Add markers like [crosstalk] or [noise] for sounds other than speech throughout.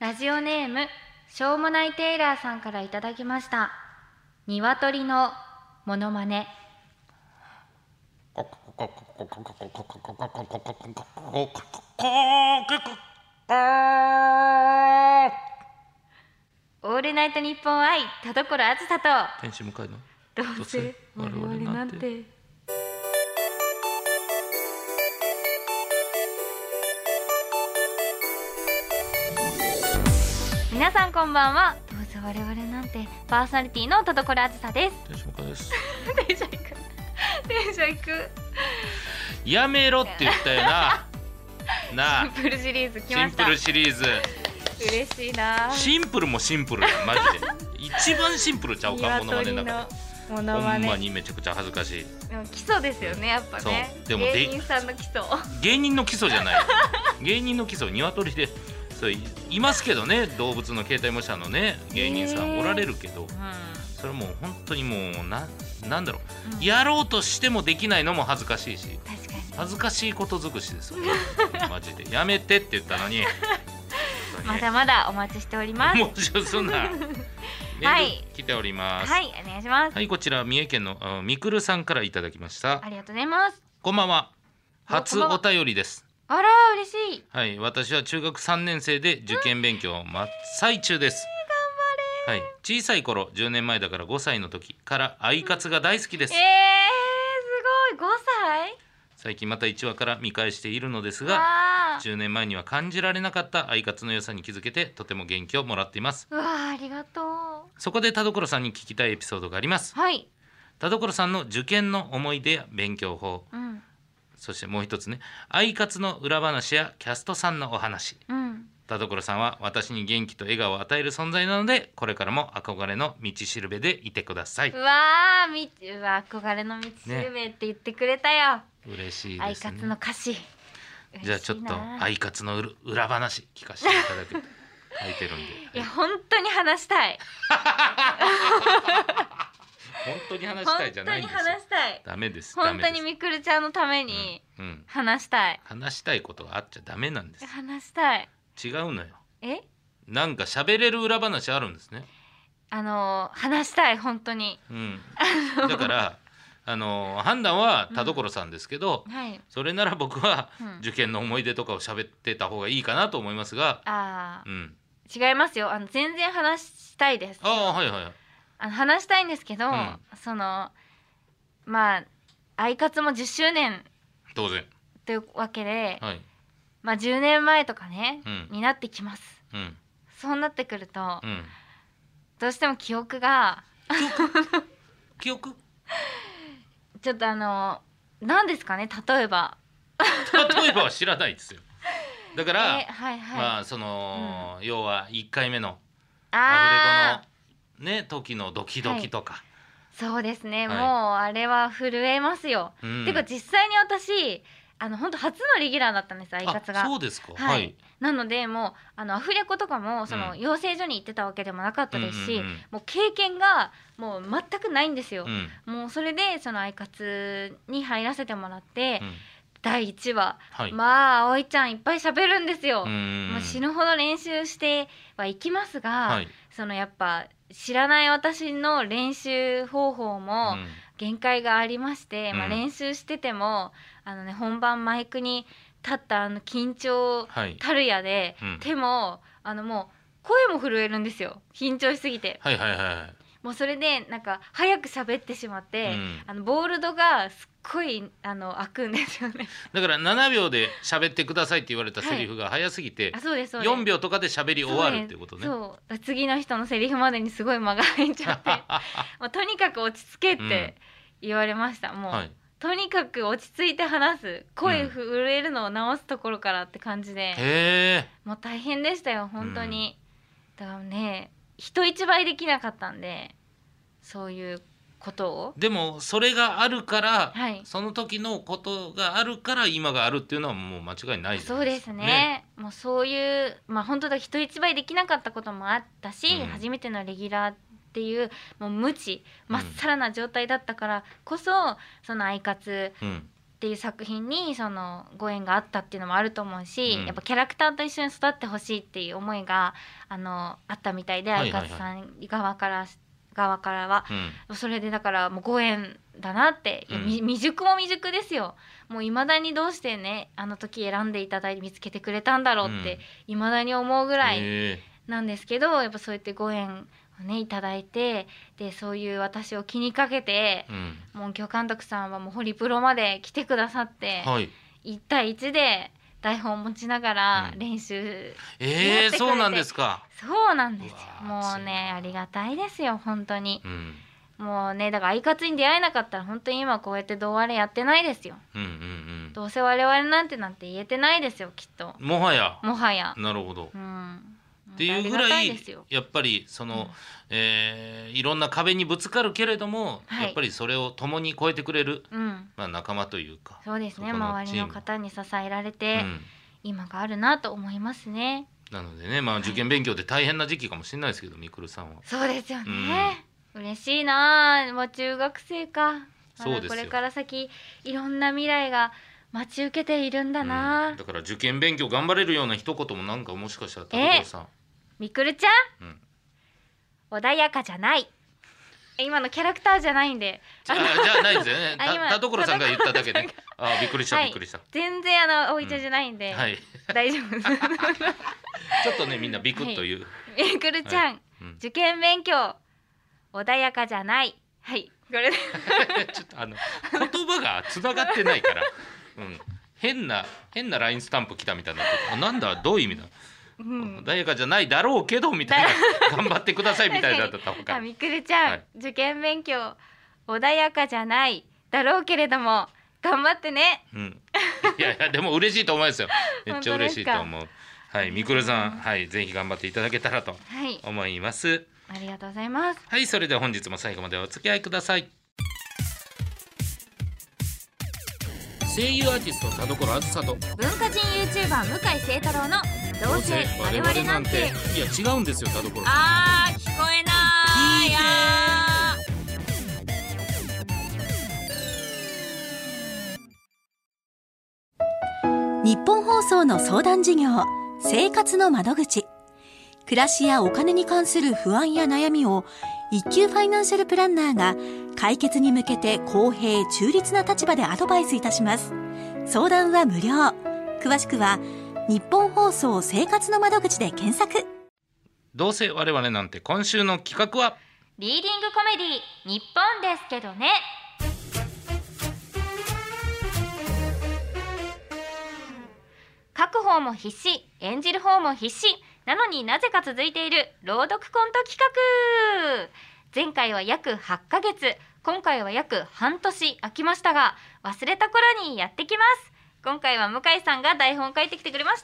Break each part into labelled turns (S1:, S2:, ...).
S1: ラジオネームしょうもないテイラーさんからいただきました鶏のモノマネオールナイトニッポン愛田所あずさと
S2: 天使向かいの
S1: どうせ我々なんて皆さんこんばんはどうせ我々なんてパーソナリティの田所あずさです
S2: 天使向かいです
S1: 電車行く電車行く
S2: やめろって言ったよな
S1: シ
S2: な
S1: ン
S2: あ
S1: プルシリーズ [laughs] 来
S2: シ
S1: ま
S2: ン
S1: し
S2: プ
S1: た
S2: ルシリーズ
S1: 嬉しいな
S2: シンプルもシンプルやんマジで一番シンプルちゃうかモノマネ
S1: 鶏の
S2: の中で
S1: モノ
S2: ほ
S1: マ
S2: んま
S1: ネ
S2: にめちゃくちゃ恥ずかしい
S1: でも基礎ですよねやっぱね
S2: そうでもで
S1: 芸人さんの基礎
S2: 芸人の基礎じゃない芸人の基礎鶏でそういいますけどね動物の形態模写のね芸人さん
S1: ね
S2: おられるけど、
S1: う
S2: それもう本当にもうななんだろう、
S1: うん
S2: やろうとしてもできないのも恥ずかしいし
S1: ん確かに
S2: 恥ずかしいこと尽くしですよ
S1: [laughs]
S2: マジでやめてって言ったのに本当
S1: ま
S2: に
S1: だまだお待ちしております
S2: もうちょっとそんな
S1: [laughs] は
S2: はいい来ております
S1: はいお願いします、
S2: はいこちら三重県のあみくるさんからいただきました
S1: ありがとうございます
S2: こんばんは
S1: おこ
S2: 初
S1: んばんは
S2: お便りです
S1: あら嬉しい
S2: はい、私は中学3年生で受験勉強真っ最中です。頑張れ。はい、小さい頃、10年前だから5歳の時からアイカツが大好き
S1: え
S2: で
S1: ー、
S2: す
S1: す。ごい5歳
S2: 最近また1話から見返しているのですが、
S1: わあ
S2: 10年前には感じられなかったアイカツの良さに気づけて、とても元気をもらっています。
S1: うわあありがとう
S2: そこで田所さんに聞きたいエピソードがあります。
S1: はい
S2: 田所さんの受験の思い出や勉強法、
S1: うん
S2: そしてもう一つね、アイカツの裏話やキャストさんのお話。
S1: うん
S2: 田所さんは私に元気と笑顔を与える存在なのでこれからも憧れの道しるべでいてくださいう
S1: わあみうわあ憧れの道しるべって言ってくれたよ、
S2: 嬉しい
S1: ア
S2: で
S1: イ
S2: す
S1: カ
S2: ね
S1: ツの歌詞
S2: じゃあちょっとア
S1: い
S2: イカツの裏裏話聞かせていた
S1: [laughs]
S2: だく入ってるん
S1: い
S2: で
S1: や本当に話したい
S2: 本当に
S1: 本
S2: 話したいじゃ
S1: 当
S2: ないん
S1: に
S2: ですよ
S1: 話したい
S2: ダメですダ
S1: 本
S2: メ
S1: 当
S2: です
S1: にみくるちゃんのために
S2: うん、うん
S1: 話したい、
S2: 話したいことがあっちゃダメなんです
S1: 話したい
S2: 違うのよ
S1: え
S2: なんか喋れる裏話あるんですね
S1: あのー話したい本当に
S2: うんだからあの判断は田所さんですけど、
S1: はい
S2: それなら僕は
S1: うん
S2: 受験の思い出とかを喋ってた方がいいかなと思いますが、
S1: あ
S2: うん、
S1: ー違いますよあの全然話したいです
S2: ああはいはい
S1: あの話したいんですけど、
S2: うん
S1: そのまあアイカツも10周年
S2: 当然
S1: というわけで、
S2: はい
S1: まあ10年前とかね、
S2: うん
S1: になってきます
S2: うん
S1: そうなってくると、
S2: うん
S1: どうしても記憶が
S2: 記憶
S1: ちょっとあの何ですかね例えば
S2: [laughs] 例えばは知らないですよだか
S1: え
S2: ら、
S1: はいはい、
S2: まあその、要は1回目のア
S1: あー
S2: フレコのね時のドキドキとか、
S1: そうですね、
S2: はい
S1: もうあれは震えますよ、
S2: うん
S1: てか実際に私あの本当初のレギュラーだったんですアイカツ
S2: あ
S1: が
S2: そうですか
S1: は
S2: はいい、
S1: なのでもうあのアフレコとかもその
S2: うん
S1: 養成所に行ってたわけでもなかったですし、
S2: うんうんうん
S1: もう経験がもう全くないんですよ
S2: うん、う、ん
S1: もうそれでそのアイカツに入らせてもらって、第1話、
S2: はい、
S1: まあ葵ちゃんいっぱい喋るんですよ、
S2: うん
S1: もう死ぬほど練習してはいきますが、
S2: はい、
S1: そのやっぱ知らない私の練習方法も
S2: うん
S1: 限界がありまして、まあ、
S2: うん
S1: 練習しててもあの、ね、本番マイクに立ったあの緊張
S2: はい
S1: たるやで、
S2: うん
S1: 手もあのもう声も震えるんですよ緊張しすぎて
S2: はいはいは
S1: もうそれでなんか早く喋ってしまっ
S2: い、う
S1: て、
S2: ん、
S1: あのボールドがすっごいあの開くんですよね
S2: だから7秒で喋ってくださいって言われたセリフが早すぎて、
S1: あそうですそうです
S2: 4秒とかで喋り終わるっていうことね。
S1: そう次の人のセリフまでにすごい間が空いちゃ
S2: [laughs]
S1: ってもうとにかく落ち着けって言われました、もう、
S2: はい。
S1: とにかく落ち着いて話す
S2: う
S1: 声
S2: ん
S1: 震えるのを直すところからって感じで、
S2: へえ。
S1: もう大変でしたよ本当に、だからね人一倍できなかったんでそういうことを
S2: でもそれがあるから、
S1: はい
S2: その時のことがあるから今があるっていうのはもう間違いないじゃ
S1: そ
S2: な
S1: う
S2: い
S1: ですねもうそういうまあ本当だ人一倍できなかったこともあったし、
S2: うん
S1: 初めてのレギュラーっていうもう無知まっさらな状態だったからこそ、そのアイカツ
S2: うん。
S1: っていう作品にそのご縁があったっていうのもあると思うし、
S2: うん
S1: やっぱキャラクターと一緒に育ってほしいっていう思いがあのあったみたいで
S2: はい
S1: 相
S2: はいは
S1: 方
S2: い
S1: さん側から側からは
S2: うん
S1: それでだからもうご縁だなって、いや
S2: うん
S1: み未熟も未熟ですよもういまだにどうしてねあの時選んでいただいて見つけてくれたんだろうっ
S2: う
S1: て
S2: ん
S1: いまだに思うぐらい、
S2: え
S1: なんですけどやっぱそうやってご縁をねいただいてでそういう私を気にかけて
S2: え、うん
S1: もう音響監督さんはもうホリプロまで来てくださって、
S2: はい
S1: 1対1で台本を持ちながら
S2: うん
S1: 練習、持
S2: ええ
S1: ってくれて
S2: そうなんですか
S1: そうなんですよ
S2: うわー
S1: もうねありがたいですよ本当に
S2: うん
S1: もうねだから相方に出会えなかったら本当に今こうやって同割れやってないですよ
S2: うんうん
S1: どうせ我々なんてなんて言えてないですよきっと
S2: うんもはや
S1: もはや、
S2: なるほど
S1: うん、
S2: っていうぐ
S1: 本当
S2: ら
S1: ありがた
S2: い
S1: いですよ
S2: やっぱりその、
S1: うん
S2: えーいろんな壁にぶつかるけれども、
S1: はい
S2: やっぱりそれを共に超えてくれる、
S1: うん
S2: まあ、仲間というか。
S1: そうですね
S2: そこの
S1: 周りの
S2: チーム
S1: 方に支えられ
S2: う
S1: て、
S2: ん
S1: 今があるなと思いますね
S2: なのでね、まあ、受験勉強で大変な時期かもしれないですけどみくるさんは。
S1: そうですよね、嬉しいなあもう中学生かま
S2: そう
S1: だ
S2: ですよ
S1: これから先いろんな未来が待ち受けているんだなあ、
S2: うんだから受験勉強頑張れるような一言もなんかもしかしたら田所さん、
S1: みくるちゃ
S2: うん
S1: ん穏やかじゃない今のキャラクターじゃないんで
S2: あじゃないですよ
S1: [laughs]
S2: ね
S1: あ今
S2: た田所さんが言っただけで
S1: 田
S2: あびっくりした、
S1: はい
S2: びっくりした、
S1: 全然あのおいちゃんじゃないんで、
S2: はい、
S1: 大
S2: [laughs]
S1: 丈夫です
S2: ちょっとねみんなビクッという、
S1: みくるちゃん、
S2: うん、
S1: 受験勉強穏やかじゃないはいこれで
S2: ちょっとあの言葉がつながってないから、うん、変な変なラインスタンプ来たみたいになってるあなんだどういう意味だ、
S1: うん
S2: 穏やかじゃないだろうけどみたい
S1: [laughs]
S2: な頑張ってくださいみたいなだったほか
S1: あみくるちゃん、
S2: はい
S1: 受験勉強穏やかじゃないだろうけれども頑張ってね
S2: うん、いやいやでも嬉しいと思いますよめっちゃ嬉しいと思うはいみくるさんはいぜひ頑張っていただけたらと
S1: はい
S2: 思います
S1: ありがとうございます
S2: はいそれでは本日も最後までお付き合いください声優アーティスト田所あずさと
S1: 文化人 YouTuber 向井聖太郎の「どうせ我々なんて
S2: いや違うんですよ田所」
S1: あー聞こえな
S2: 聞いて
S1: いあー
S3: 日本放送の相談事業生活の窓口暮らしやお金に関する不安や悩みを一級ファイナンシャルプランナーが解決に向けて公平中立な立場でアドバイスいたします相談は無料詳しくは日本放送生活の窓口で検索
S2: どうせ我々なんて今週の企画は
S1: リーディングコメディ日本ですけどね書く方も必死演じる方も必死なのになぜか続いている朗読コント企画前回は約8ヶ月今回は約半年空きましたが忘れた頃にやってきます今回は向井さんが台本を書いてきてくれまし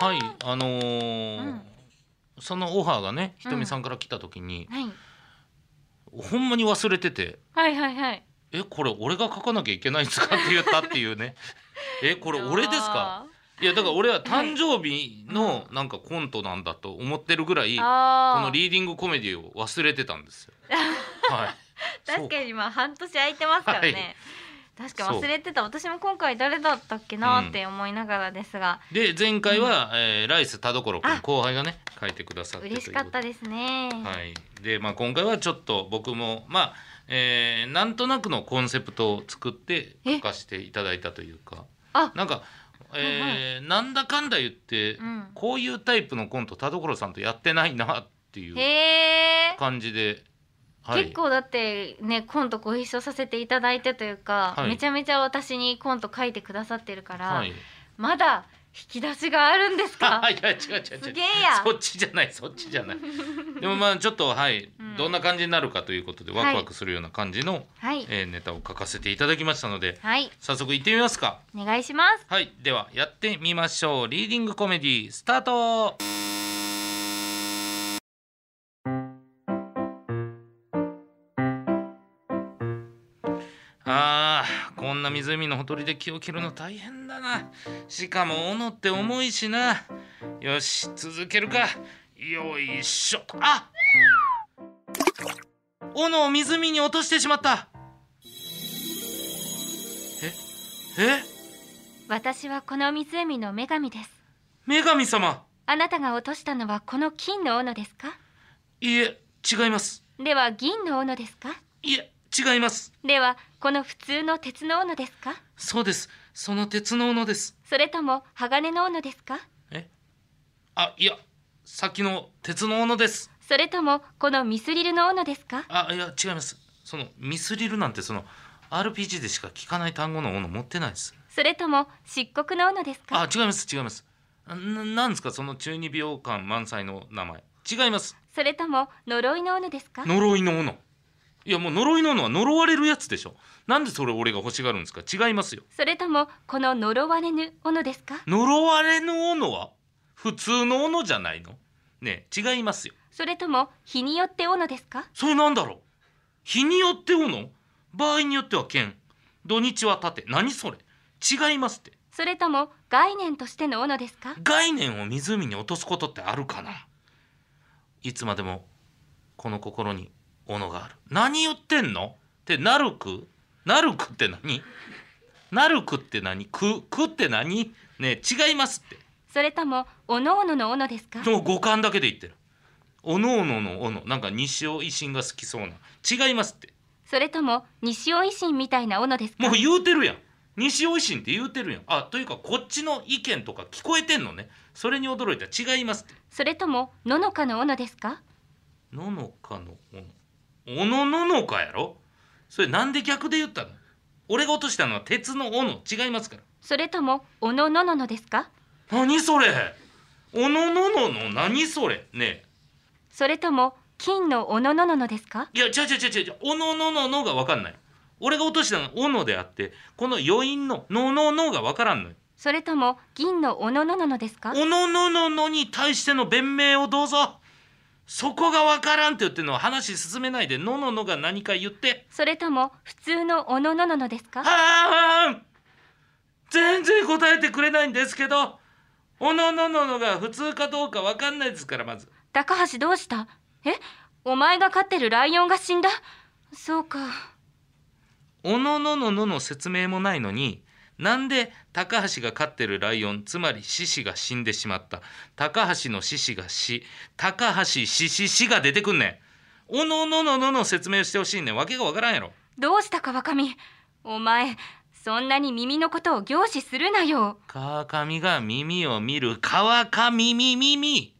S1: た
S2: はいあのー
S1: うん
S2: そのオファーがねひとみさんから来た時に、
S1: はい
S2: ほんまに忘れてて
S1: はいはいはい
S2: えこれ俺が書かなきゃいけないんですかって言ったっていう
S1: [laughs]
S2: ねえこれ俺ですかいやだから俺は誕生日のなんかコントなんだと思ってるぐらい、こ
S1: あー
S2: のリーディングコメディを忘れてた
S1: [laughs]
S2: んですよ。はい、
S1: 確かにまあ半年空いてますからね、確かに忘れてた私も今回誰だったっけなって思いながらですが、
S2: そうで前回は、えーライス田所君
S1: あ
S2: 後輩がね書いてくださって
S1: 嬉しかった
S2: で
S1: ですね、
S2: はいでまあ、今回はちょっと僕もまあ、えーなんとなくのコンセプトを作って
S1: え
S2: 書かせていただいたというか
S1: あ
S2: なんか、えーなんだかんだ言って、
S1: うん
S2: こういうタイプのコント田所さんとやってないなっていう
S1: へえ、
S2: 感じで、
S1: 結構だってねコントご一緒させていただいてというか、
S2: はい
S1: めちゃめちゃ私にコント書いてくださってるから、
S2: はい、
S1: まだ引き出しがあるんです
S2: [laughs]
S1: か
S2: いや違う違う違う
S1: すげえや
S2: そっちじゃないそっちじゃないでもまあちょっとはい、
S1: うん
S2: どんな感じになるかということでワクワクするような感じの、
S1: はい
S2: えーネタを書かせていただきましたので
S1: はい
S2: 早速行ってみますか
S1: お願いします
S2: はいではやってみましょうリーディングコメディスタートあーこんな湖のほとりで木を切るの大変だなしかも斧って重いしなよし続けるかよいしょとあ斧を湖に落としてしまったええ
S1: 私はこの湖の女神です
S2: 女神様
S1: あなたが落としたのはこの金の斧ですか
S2: いいえ違います
S1: では銀の斧ですか
S2: いえ違います
S1: ではこの普通の鉄の斧ですか
S2: そうですその鉄の斧です
S1: それとも鋼の斧ですか
S2: えあいやさっきの鉄の斧です
S1: それともこのミスリルの斧ですか
S2: あいや違いますそのミスリルなんてその RPG でしか聞かない単語の斧持ってないです
S1: それとも漆黒の斧ですか
S2: あ違います違いますななんですかその中二病感満載の名前違います
S1: それとも呪いの斧ですか
S2: 呪いの斧いやもう呪いの斧は呪われるやつでしょなんでそれ俺が欲しがるんですか違いますよ
S1: それともこの呪われぬ斧ですか
S2: 呪われの斧は普通の斧じゃないのねえ違いますよ
S1: それとも日によって斧ですか
S2: それなんだろう日によって斧場合によっては剣土日は盾何それ違いますって
S1: それとも概念としての斧ですか
S2: 概念を湖に落とすことってあるかないつまでもこの心に斧がある何言ってんのってなるくなるくって何なるくって何くくって何ねえ違いますって
S1: それともおのおのの斧ですか
S2: もう五感だけで言ってるおのおののおのなんか西尾維新が好きそうな違いますって
S1: それとも西尾維新みたいな斧ですか
S2: もう言うてるやん西尾維新って言うてるやんあというかこっちの意見とか聞こえてんのねそれに驚いた違いますって
S1: それともののかの斧ですか
S2: ののかのおのおのののかやろそれなんで逆で言ったの俺が落としたのは鉄の斧違いますから
S1: それともおののののですか
S2: 何それおのののの何それねえ
S1: それとも金のおののののですか
S2: いや違う違う違う違うおののののが分かんない俺が落としたのは斧であってこの余韻ののののが分からんのよ
S1: それとも銀のおののののですか
S2: おののののに対しての弁明をどうぞそこが分からんって言ってんのは話進めないでのののが何か言って
S1: それとも普通のおののののですか
S2: はーん全然答えてくれないんですけどおののののが普通かどうか分かんないですからまず
S1: 高橋どうしたえお前が飼ってるライオンが死んだそうか
S2: おののののの説明もないのになんで高橋が飼ってるライオンつまり獅子が死んでしまった高橋の獅子が死高橋獅子死が出てくんねんおののののの説明をしてほしいねんわけがわからんやろ
S1: どうしたか若見お前そんなに耳のことを凝視するなよ
S2: 川上が耳を見る川上耳耳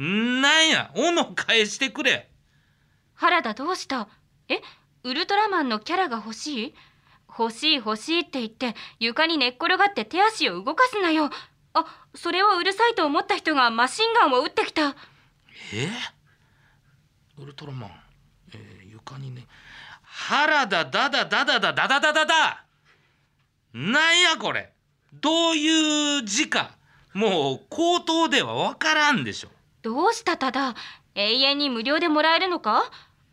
S2: んなんや斧返してくれ
S1: 原田どうしたえウルトラマンのキャラが欲しい欲しい欲しいって言って床に寝っ転がって手足を動かすなよあそれをうるさいと思った人がマシンガンを撃ってきた
S2: えウルトラマン、えー床にね原田だだだだだだだだだだなんやこれどういう字かもう口頭では分からんでしょ
S1: どうしたただ永遠に無料でもらえるのか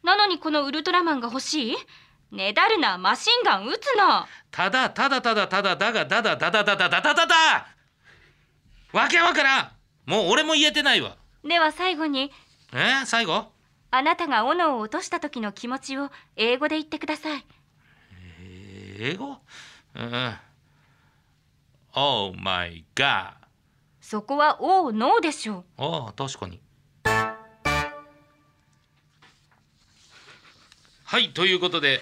S1: なのにこのウルトラマンが欲しいねだるなマシンガン撃つな
S2: ただただただただだがだだだだだだだだだだわけわからんもう俺も言えてないわ
S1: では最後に
S2: えー、最後
S1: あなたが斧を落とした時の気持ちを英語で言ってください
S2: えー英語うん Oh my god
S1: そこは「おうのう」でしょう
S2: ああ確かにはいということで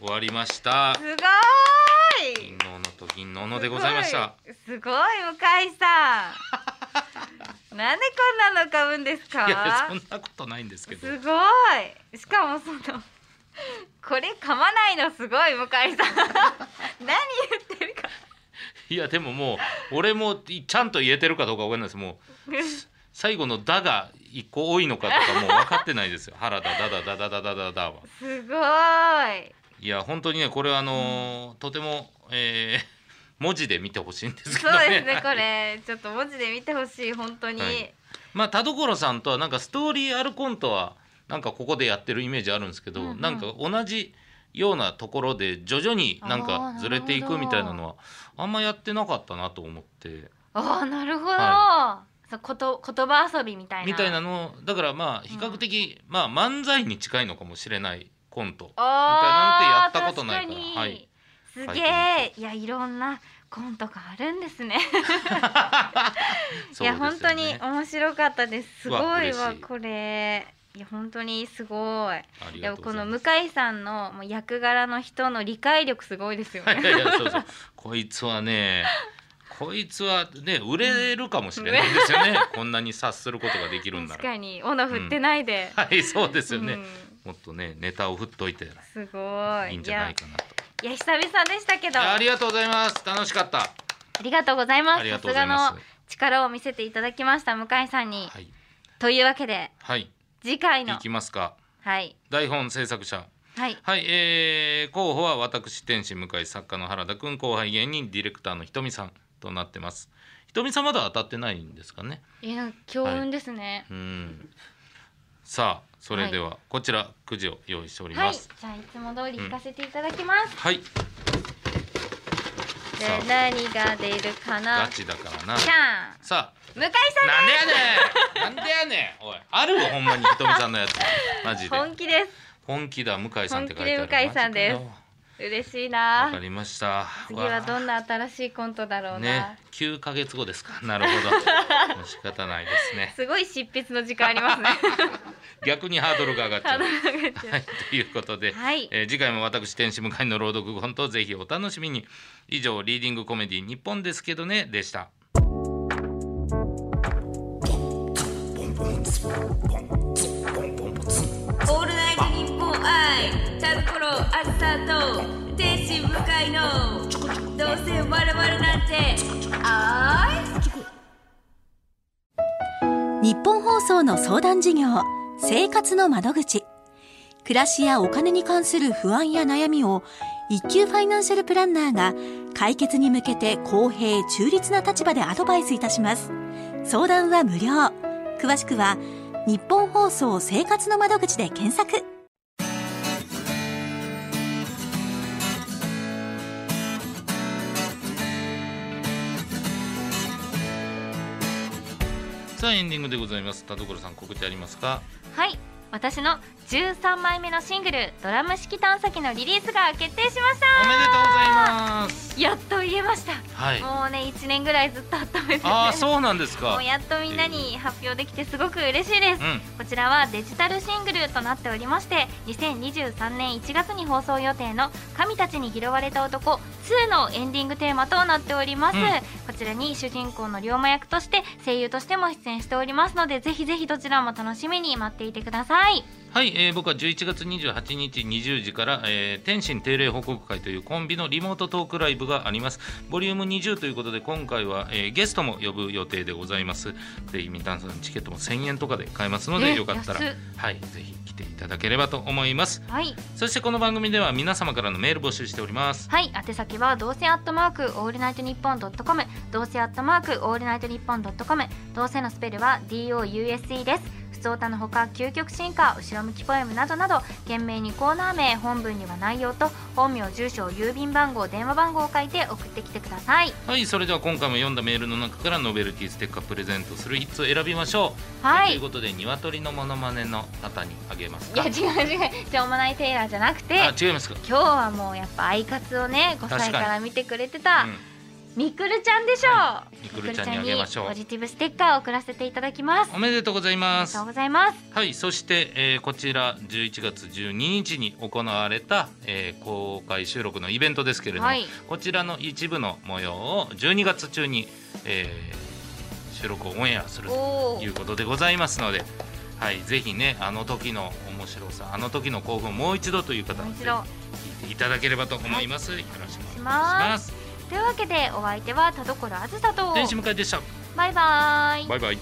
S2: 終わりました
S4: すごーい
S2: 銀の斧と銀の斧でございました
S4: すごいすごい向井さんなんでこんなの買うんですか
S2: いやそんなことないんですけど
S4: すごいしかもそのこれ噛まないのすごい向井さん何言ってるか
S2: いやでももう俺もちゃんと言えてるかどうかわかんないですもう
S4: [laughs]
S2: 最後の「だ」が一個多いのかとかもう分かってないですよ [laughs] 原田だだだだだだだだは
S4: すごい
S2: いや本当にねこれはあのーとても、えー文字で見てほしいんですけ
S4: そ
S2: どね
S4: うですねこれちょっと文字で見てほしい本当に、
S2: はいまあ田所さんとはなんかストーリーあるコントはなんかここでやってるイメージあるんですけど、
S4: うんうん
S2: なんか同じようなところで徐々になんかずれていくみたいなのはあんまやってなかったなと思って
S4: ああなるほど、
S2: は
S4: そうこと言葉遊びみたいな
S2: みたいなのだからまあ比較的、まあ漫才に近いのかもしれないコントみたいなのってや
S4: あ
S2: っ
S4: ー
S2: たことないから
S4: 確に
S2: はい
S4: すげえいやいろんなコントがあるんですねいや本当に面白かったですすご
S2: うわ
S4: い
S2: 嬉しい
S4: わこれいや本当にすごい
S2: い
S4: い
S2: や
S4: やこの
S2: 向
S4: 向井さんのもう役柄の人の理解力すごいですよ
S2: はい
S4: ね
S2: いやいやそうそうこいつは
S4: [laughs]
S2: ねこいつはね売れるかもしれないですよね、こんなに察することができるんな
S4: 確
S2: ら
S4: かに斧振ってないで、
S2: はいそうですよね、
S4: うん
S2: もっとねネタを振っといて
S4: すごい
S2: いいんじゃないかなと
S4: いやいや久々でしたけど
S2: あ
S4: あ
S2: りがとうございます楽しかった
S4: りがとうございま
S2: あ
S4: す
S2: り
S4: さ
S2: がとう
S4: す
S2: ござ
S4: が
S2: います
S4: の力を見せていただきました向井さんに、
S2: はい
S4: というわけで
S2: はい
S4: 次回の
S2: 行きますか
S4: はい
S2: 台本制作者
S4: はい
S2: はい、えー、候補は私天使向井作家の原田くん後輩芸人ディレクターのひとみさんとなってますひとみさんまだ当たってないんですかね
S4: いや強運ですね
S2: うんさあそれではこちらくじを用意しており
S4: はい、
S2: ます
S4: じゃあいつも通り引かせていただきます、
S2: はい、
S4: で
S2: さあ
S4: 何が出るかな
S2: ガチだからな
S4: じゃん
S2: さあ
S4: 向井
S2: なんでやねんなんでやねんおいあるわほんまにひとみさんのやつマジ
S4: さ
S2: で
S4: ん本気で
S2: 本気だ向井さんって書いてある
S4: 本気で向井さんです
S2: マジかよ
S4: す嬉しい
S2: わか
S4: な
S2: りました
S4: 次はど
S2: なん
S4: な新しいコントだろうな、
S2: ね9ヶ月後ですかなるほ
S4: [laughs]
S2: どもう仕方ないですね
S4: すごい執筆の時間ありますね
S2: [laughs] 逆にハードルが上がっちゃうはい、ということで、
S4: はい
S2: えー次回も私天使向かいの朗読本とぜひお楽しみに以上リーディングコメディ日本ですけどねでした
S5: オールナイトニッポン愛タルコロアスタート天使向かいのどうせ我々なんてあい
S3: 日本放送の相談事業生活の窓口暮らしやお金に関する不安や悩みを一級ファイナンシャルプランナーが解決に向けて公平中立な立場でアドバイスいたします相談は無料詳しくは日本放送生活の窓口で検索
S2: さあエンディングでございます田所さん告知ありますか
S1: はい私の13枚目のシングル「ドラム式探査機」のリリースが決定しまし
S2: おめでとうございます
S1: たやっと言えました
S2: はい
S1: もうね1年ぐらいずっと温めてて
S2: ああそうなんです
S1: も
S2: か
S1: うやっとみんなに発表できてすごく嬉しいです、
S2: うん
S1: こちらはデジタルシングルとなっておりまして2023年1月に放送予定の「神たちに拾われた男2」のエンディングテーマとなっております、
S2: うん
S1: こちらに主人公の龍馬役として声優としても出演しておりますのでぜひぜひどちらも楽しみに待っていてください
S2: はい、えー僕は11月28日20時から、えー天心定例報告会というコンビのリモートトークライブがありますボリューム20ということで今回は、えーゲストも呼ぶ予定でございますぜひ皆さんチケットも1000円とかで買えますので
S1: え
S2: よかったら
S1: 安っ
S2: はいぜひ来ていただければと思います
S1: はい、
S2: そしてこの番組では皆様からのメール募集しております
S1: はい、宛先はどうせアットマークオールナイトニッポンドットコムどうせアットマークオールナイトニッポンドットコムどうせのスペルは DOUSE です普通歌のほか究極進化後ろ向きポエムなどなど懸命にコーナー名本文には内容と本名住所郵便番号電話番号を書いて送ってきてください
S2: はいそれでは今回も読んだメールの中からノベルティステッカープレゼントする一つを選びましょう、
S1: は
S2: とい
S1: いう
S2: ことで鶏のモノマネの方にあげます
S1: いや
S2: か
S1: 違う違うしょうもないテイラーじゃなくて
S2: あ違いますか、
S1: 今日はもうやっぱアイカツをね5歳
S2: 確か
S1: か
S2: に
S1: ら見てくれてた
S2: うん
S1: みくるちゃんでしょう、
S2: みくるちゃんにあげましょ
S1: みくるちゃんに
S2: う
S1: ポジティブステッカーを送らせていただきます
S2: おめでとうござ
S1: あ
S2: いま
S1: りが
S2: す
S1: とう。ございます
S2: はい、そして、えーこちら11月12日に行われた、えー公開収録のイベントですけれども、
S1: はい
S2: こちらの一部の模様を12月中に、えー収録をオンエアすると
S1: お
S2: いうことでございますので、はい、ぜひねあの時の面白さあの時の興奮をもう一度という方は
S1: もう
S2: ぜ
S1: 一度
S2: ひ聞いていただければと思います。よろしくお願いし
S1: お願
S2: ま
S1: い
S2: す。
S1: というわけでお相手は田所あずさと
S2: 電子向かいでした。
S1: バイバイ
S2: バイバイ。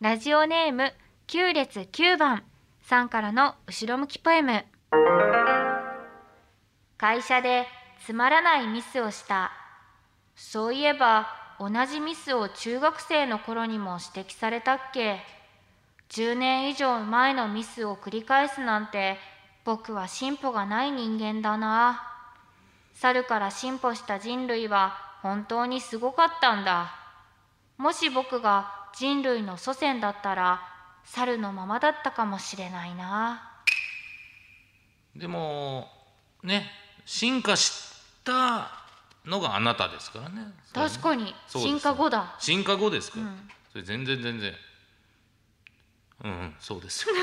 S1: ラジオネーム9列9番さんからの後ろ向きポエム会社でつまらないミスをしたそういえば同じミスを中学生の頃にも指摘されたっけ10年以上前のミスを繰り返すなんて僕は進歩がない人間だな猿から進歩した人類は本当にすごかったんだもし僕が人類の祖先だったら猿のままだったかもしれないな
S2: でもね進化したのがあなたですからね
S1: 確かに
S2: そうです
S1: 進化後だ
S2: 進化後ですか
S1: う
S2: ら、
S1: ん
S2: それ全然全然うんうんそうですよ